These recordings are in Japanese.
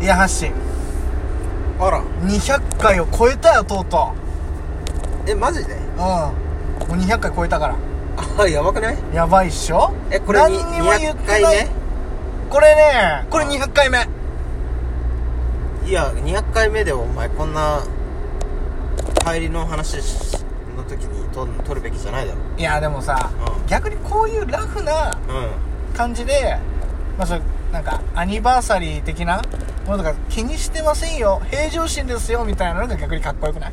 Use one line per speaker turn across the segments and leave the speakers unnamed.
いやはっし
あら
200回を超えたよとうと
えマジで
ううんもう200回超えたから
あやばくない
やばいっしょ
えこれ
何にも言っ
200
て
回
ないこれねこれ200回目
目いや200回目でお前こんな帰りの話しの時にと撮るべきじゃないだろ
いやでもさ、
うん
逆にこういうラフな
う
感じでまあそれなんかアニバーサリー的なものとか気にしてませんよ平常心ですよみたいなのが逆にかっこよくない
ん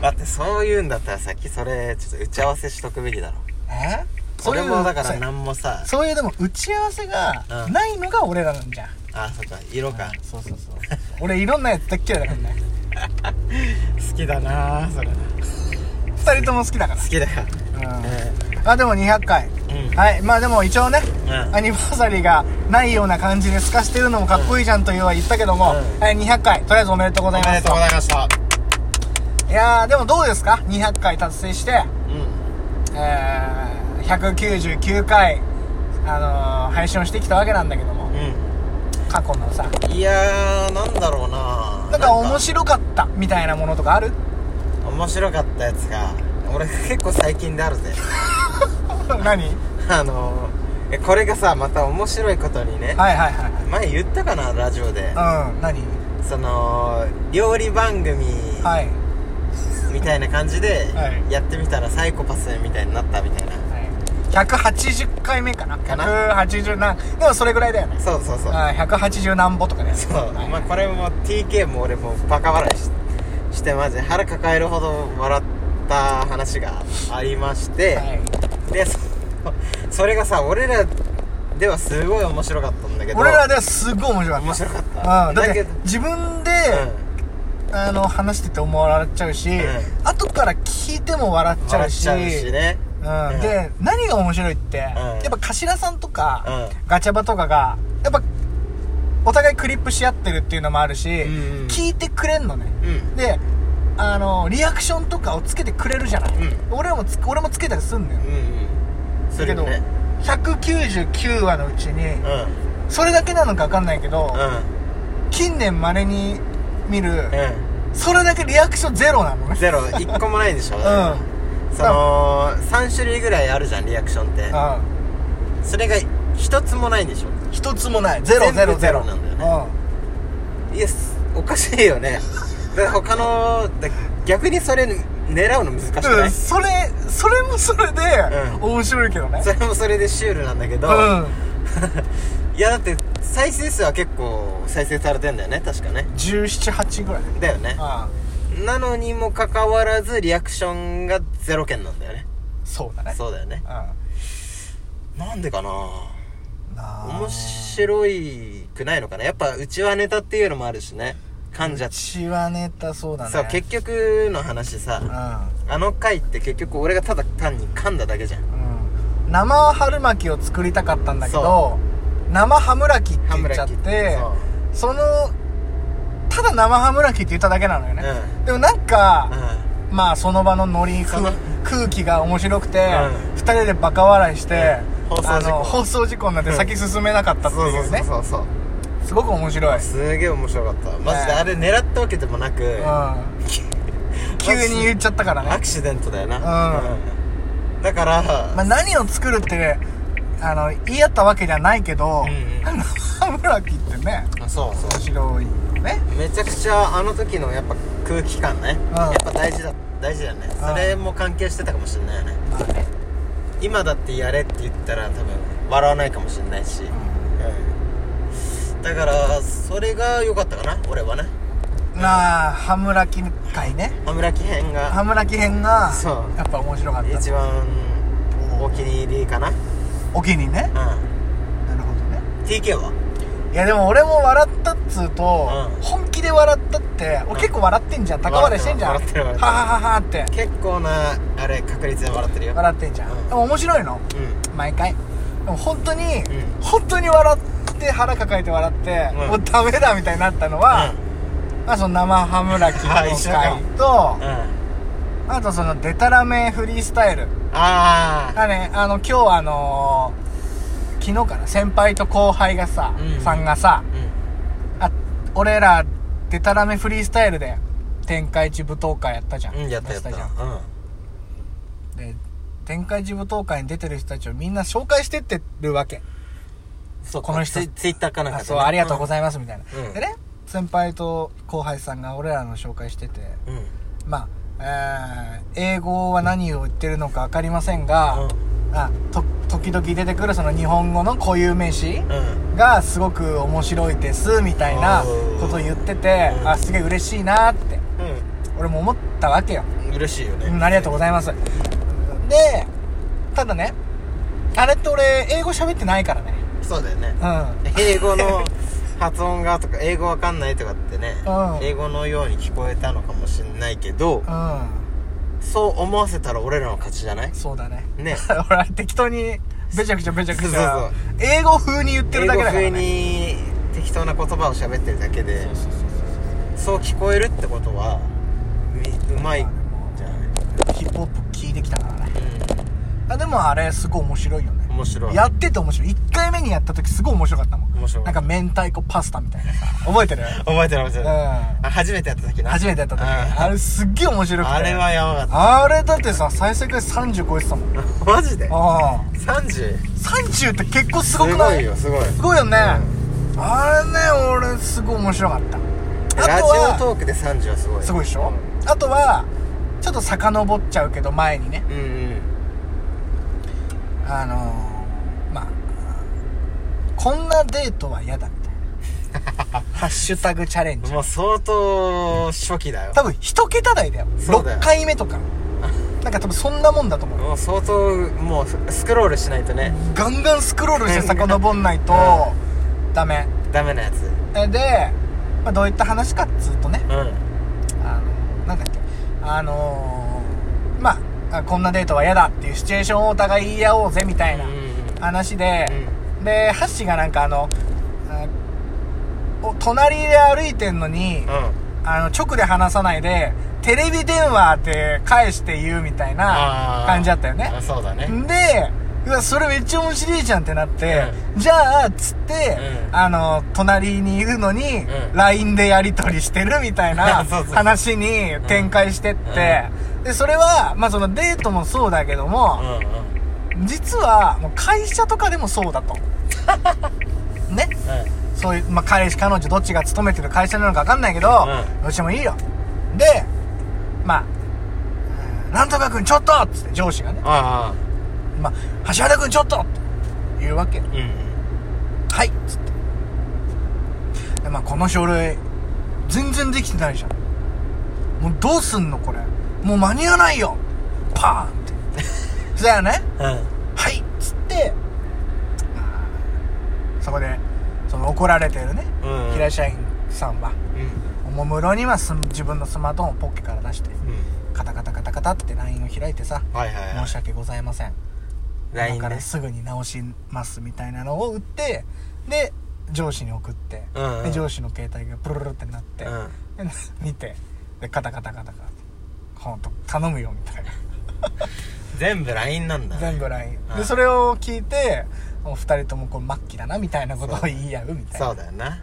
だってそういうんだったらさっきそれちょっと打ち合わせしとくべきだろ
え
それもだか
そうい
ら
う
何もさ
そういうでも打ち合わせが
うん
ないのが俺らなんじゃん、
あそっか色か
そうそうそう俺いろんなやつ大っ嫌いだからね
好きだなそれ
2人とも好きだか
好きだよ
ら、うん
え
あでも200回
うん
はいまあでも一応ね
うん
アニバーサリーがないような感じで透かしてるのもかっこいいじゃんというは言ったけども、
うん
はい200回とりあえずおめでとうございます
ございました
いやーでもどうですか200回達成して、
うん
えー、199回、あのー、配信をしてきたわけなんだけども過去のさ
うんいやーなんだろうな
なんか面白かったみたいなものとかあ る
面白かったやつが俺結構最近であるぜ
何はい
あのー、えこれがさまた面白いことにね
はいは
前言ったかなラジオで
いはいうん何
その料理番組
はい
みたいな感じで
はい
やってみたらサイコパスみたいになったみたいな
180回目かな
かな
180なんでもそれぐらいだよね
そうそうそう
あー180何歩とかね
そう、
はい
まあこれも TK も俺もバカ笑いししてマジで腹抱えるほど笑った話がありまして、
はい
でそそれがさ俺らではすごい面白かったんだけど
俺らではすっごい面白かった
面白かった
うん、だっ
だけ
て
ど
自分で、
う
あの話してて思われちゃうし、
う
後から聞いても笑っ
ん
ちゃ
笑
う
っ
し
ちゃうしね
うん
うん
で何が面白いって、やっぱ頭さんとか、ガチャバとかがやっぱお互いクリップし合ってるっていうのもあるし、
うんうん
聞いてくれんのね
うんうん
であのリアクションとかをつけてくれるじゃない、
う
俺らもつ俺もつけたりすんのよ
うんうんするよね
199話のうちに
うんうん
それだけなのか分かんないけど、
う
近年まれに見る、
ん
それだけリアクションゼロなのね
ゼロ一個もないでしょ、
うん
その3種類ぐらいあるじゃんリアクションって
うん
それが一つもないんでしょ
一つもないゼロゼロゼロ
全部ゼロなんだよいやおかしいよ ねだから他のだ逆にそれ狙うの難しく
うん、
な
うん
い
それそれもそれで、
うん
面白いけどね
それもそれでシュールなんだけど、
うん
いやだって再生数は結構再生されてんだよね確かね
1718ぐらい
だよね
あ
なのにもかかわらずリアクションがゼロ件なんだよね
そうだね
そうだよね
うんな
なんでかな
あ
面白いくないのかなやっぱうちはネタっていうのもあるしね噛んじゃって
血はネタそうだね
さ結局の話さ、
う
あの回って結局俺がただ単に噛んだだけじゃん
ん、うん、生春巻きを作りたかったんだけど
そ
生ハムラキって
ハ
言
ム
っちゃ
ラ
っ
キ
てそのただ生ハムラキって言っただけなのよね、
う
でもなんか、
う
まあその場のノリ
その
空空気が面白くて、
う
二人でバカ笑いして、
うん放送事故
あの放送事故になって
うん
先進めなかった
ん
っていうね、
そうそう
すごく面白い、うん、
すげえ面白かったマジで
ね
あれ狙ったわけでもなく、
急に言っちゃったから
ア
ね、
クシデントだよな、
うん
うんだから、
まあ、何を作るってねあの言い合ったわけじゃないけど、
うんう ん
あのハムラキってね
そうそ
面白いよね
うめちゃくちゃあの時のやっぱ空気感ね、
うん
やっぱ大事だ大事だよね、それも関係してたかもしれないよね
まあね、
今だってやれって言ったら多分笑わないかもしれないし、うんだからそれが良かったかな俺はね
うんまあハムラキ回ね
羽村木編が
ハムラキ編が
そう
やっぱ面白かった
一番お気に入りかな、
お気にね
う
なるほどね
ん、TK はい
やでも俺も笑ったっつうと、
うん
本気で笑ったって俺結構笑ってんじゃん高笑いしてんじゃん
笑ってる笑ってる
ははははって
結構なあれ確率で笑ってるよ
笑ってんじゃん、
うん
でも面白いの
うん
毎回でも本当に、
ん
本当に笑って腹抱えて笑って、
うん
もうダメだみたいになったのは、まあその生ハムラキの
あ一緒か
回と
うん、うん
あとそのデタラメフリースタイル
ああ
がねあの今日あのー昨日かな先輩と後輩がさ、
うん
さんがさ
うん
俺らデタラメフリースタイルで天下一舞踏会やったじゃん、
うんやったやった
出し
うん
じゃんで天下一舞踏会に出てる人たちをみんな紹介してってるわけ
そう
この人
ツイツイッターかなんか
あ
でね
そうありがとうご
い
ざいますみたいな、
うん
でね先輩と後輩さんが俺らの紹介してて
ます
まあ、えー英語は何を言ってるのか分かりませんが、あと時々出てくるその日本語の固有名詞
うんうん
がすごく面白いですみたいなことを言ってて
うん
あすげえ嬉しいなって俺も思ったわけよ、
うん嬉しいよね
うん、ありがとうございますでただねあれって俺英語喋ってないからね
そうだよね
うん
英語の発音がとか英語わかんないとかってね
うん
英語のように聞こえたのかもしんないけど
う
そう思わせたら俺らの勝ちじゃない
んそうだね
ね
俺は適当にべちゃくちゃべちゃくち
そうそうそ
ゃ
う
英語風に言ってる
英
だ
語
けだから、ね、
風に適当な言葉を喋ってるだけで
そうそうそう
そう聞こえるってことはみうまいじゃない
そうヒップホップ聞いてきたからねあでもあれすごい面白いよね
面白い
やってて面白い1回目にやった時すごい面白かったもん
面白い
なんか明太子パスタみたいなさ覚えてる
覚えてる覚えて
う
る、
ん
あ初めてやった時な
初めてやった時あれすっげえ面白
うん
くて
あれはやばかっ
あれだってさ再生回数30超えてたもん
たマジで
ああ
30?
30って結構すごくない
よすごい
すごいよね、あれね俺すごい面白かったあ
ラ
と
ジオ
は
トークで30はすごい
すごいでしょあとはちょっと遡っちゃうけど前にね
うんうん
あのー、まあこんなデートは嫌だみ たいなハッシュタグチャレンジ
もう相当初期だよ
多分一桁台だよ
そうだよ
6回目とかなんか多分そんなもんだと思う
もう相当もうススクロールしないとね
ガンガンスクロールして遡んないとダメ
ダメなやつ
えで、まあ、どういった話かっつうとね
う
あのなんだっけあのー、まああこんなデートは嫌だっていうシチュエーションをお互い言い合おうぜみたい
ん
な
うんうん
話で、でハッシーがなんかあのあお隣で歩いてんのに、
うん
あの直で話さないでテレビ電話って返して言うみたいな
あー
感じだったよね
あそうだね
でうわそれめっちゃ面白いじゃんってなって、じゃあつって、
うん
あの隣にいるのに、
うん
LINE でやり取りしてるみたいな
そうそう
話に展開してって、でそれは、まあ、そのデートもそうだけども、
うんうん
実はもう会社とかでもそうだ とねそういう、まあ、彼氏彼女どっちが勤めてる会社なのか分かんないけど、
うん
どっちもいいよでまあうんなんとか君ちょっとっつって上司がね
ああ
「まあ、橋原君ちょっと!」って言うわけ「
うん
はい」っつってで、まあ、この書類全然できてないじゃんもうどうすんのこれもう間に合わないよパーンって そだよね
うん
はいっつってまあそこでその怒られてるね、
うん
平社員さんは
う
おもむろにはス自分のスマートフォンをポッケから出して
ん
カタカタカタカタって LINE を開いてさ「
はいはいは
申
い
し訳ございません」だ
LINE
か
で
らすぐに直しますみたいなのを打ってで上司に送って、
うんうん
で上司の携帯がプルルルってなって、
うん
で見てでカタカタカタカタほんと頼むよみたいな
全部 LINE なんだ
全部 LINE
は
で
い
それを聞いてもう2人ともこう末期だなみたいなことを言い合うみたいな
そうだよな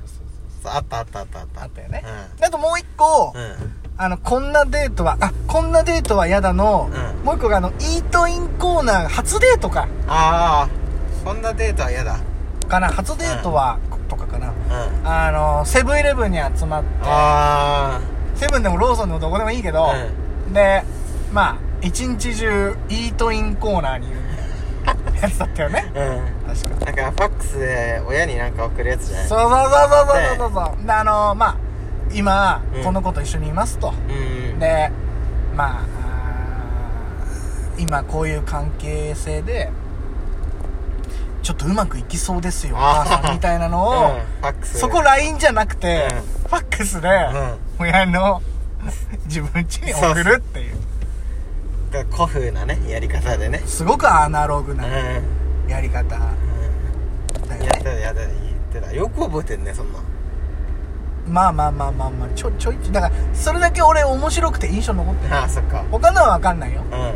そうあったあったあったあった
あったよね、あともう一個、
うんうん
あのこんなデートはあこんなデートは嫌だの、
うん
もう一個があのイートインコーナー初デートか
ああそんなデートは嫌だ
かな初デートは、とかかな
うんあ
あのセブンイレブンに集まって
あ
セブンでもローソンでもどこでもいいけど、でまあ一日中イートインコーナーにいるみたいなやつだったよね
うん
確か
なんかファックスで親になんか送るやつじゃない
そうそうそうそうそうそうそうであのまあ今、
うん
この子と一緒にいますと
うんうん
でまああー今こういう関係性でちょっとうまくいきそうですよお
あー
母さんみたいな
うん
のを、
ファックス
そこ LINE じゃなくて、
うん
ファックスで、
うん
親の自分家に送るっていう
だから古風なねやり方でね
すごくアナログ
うん
なやり方だよ
やっ
ね
てたやってた言ってたよく覚えてんねそんな
まあまあまあまあまあちょちょいちょいだからそれだけ俺面白くて印象に残ってる
ああそっか
他のは分かんないよ
うん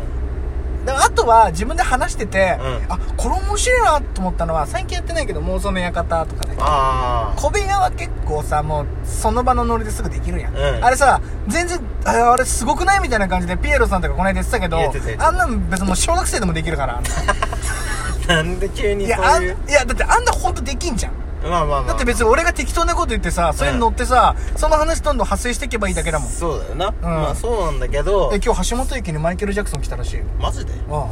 だからあとは自分で話してて、
うん
あこれ面白いなと思ったのは最近やってないけど妄想の館とかね
ああ
小部屋はは結構さもうその場のノリですぐできるやん、
うん
あれさ全然ああれすごくないみたいな感じでピエロさんとかこの間言ってたけど
言ってた言ってた
あんなん別にもう小学生でもできる から
なんで急に
いや
そ
あ
うんい
いうやだってあんなほんとできんじゃん
まあまあまあ
だって別に俺が適当なこと言ってさそれに乗ってさ、その話どんどん発生していけばいいだけだもんえ
そうだよな、まあそうなんだけど
今日橋本駅にマイケル・ジャクソン来たらしいよ
マジで
ああ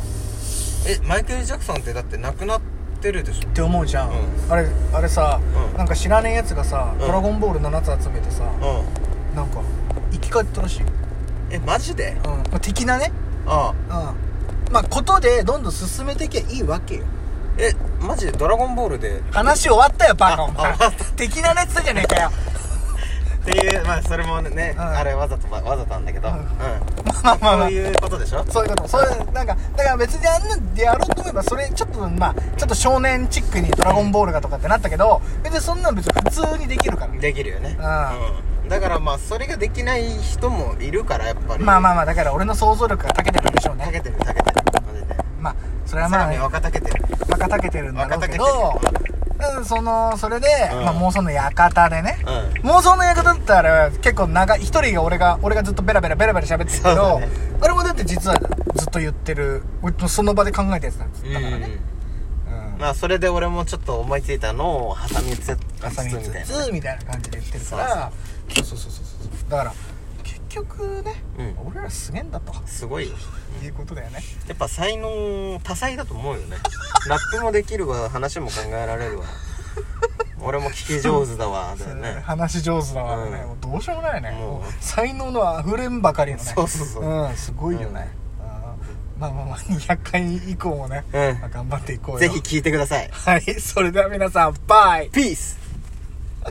えマイケル・ジャクソンってだって亡くなってるでしょ
って思うじゃん、
う
あれあれさ、
うん
なんか知らねえやつがさ「
うん
ドラゴンボール」7つ集めてさ、
うん
なんか生き返ったらしい、うん
えマジで
まあ、的なね
ああ
うんまあことでどんどん進めていけばいいわけよ
えマジでドラゴンボールで
話終わったよバカ
あ
お前
あ終わっ
的なねっつったじゃねえかよ
っていうまあそれもね、
うん
あれわざとわざとなんだけど
う
うんん、
まあまあま
そ
あ
ういうことでしょ
そういうことそういうなんかだから別にあんなんでやろうと思えばそれちょっとまあちょっと少年チックに「ドラゴンボール」がとかってなったけど別にそんなん別に普通にできるから
できるよね
あ
うん、だからまあそれができない人もいるからやっぱり
まあまあまあだから俺の想像力が長けてるんでしょう
た
ね
けてるたけてるマジで
まあそれは
さ
ま
ら
あ
に若たけてる
若たけてるんだろ
若
う
た
け
けて
ど
る
うんそのそれで、
うん
まあ、妄想の館でね、
うん
妄想の館だったら結構長い一人が俺が俺がずっとベラベラベラベラ喋ってるけ
そう
ど、
だね
あれもだって実はずっと言ってる俺もその場で考えたやつなんですだからね、うん
まあそれで俺もちょっと思いついたのを挟みつ
ガサミ
つつみたいな
つみたいな感じで言ってるからそうそうそうそうそうだから結局ね、
うん
俺らすげえんだと
すごいよ
いうことだよね
やっぱ才能多彩だと思うよ ねラップもできるわ話も考えられるわ俺も聞き上手だ わだよね
話上手だからね、
うん
もうどうしようもないね、
もう
もう才能のあふれんばかりのね
そうそうそう
うんすごいよね、うんまあまあ まあ200回以降もね、
うん
まあ頑張っていこうよ
ぜひ聞いてください
はいそれでは皆さんバイ
ピース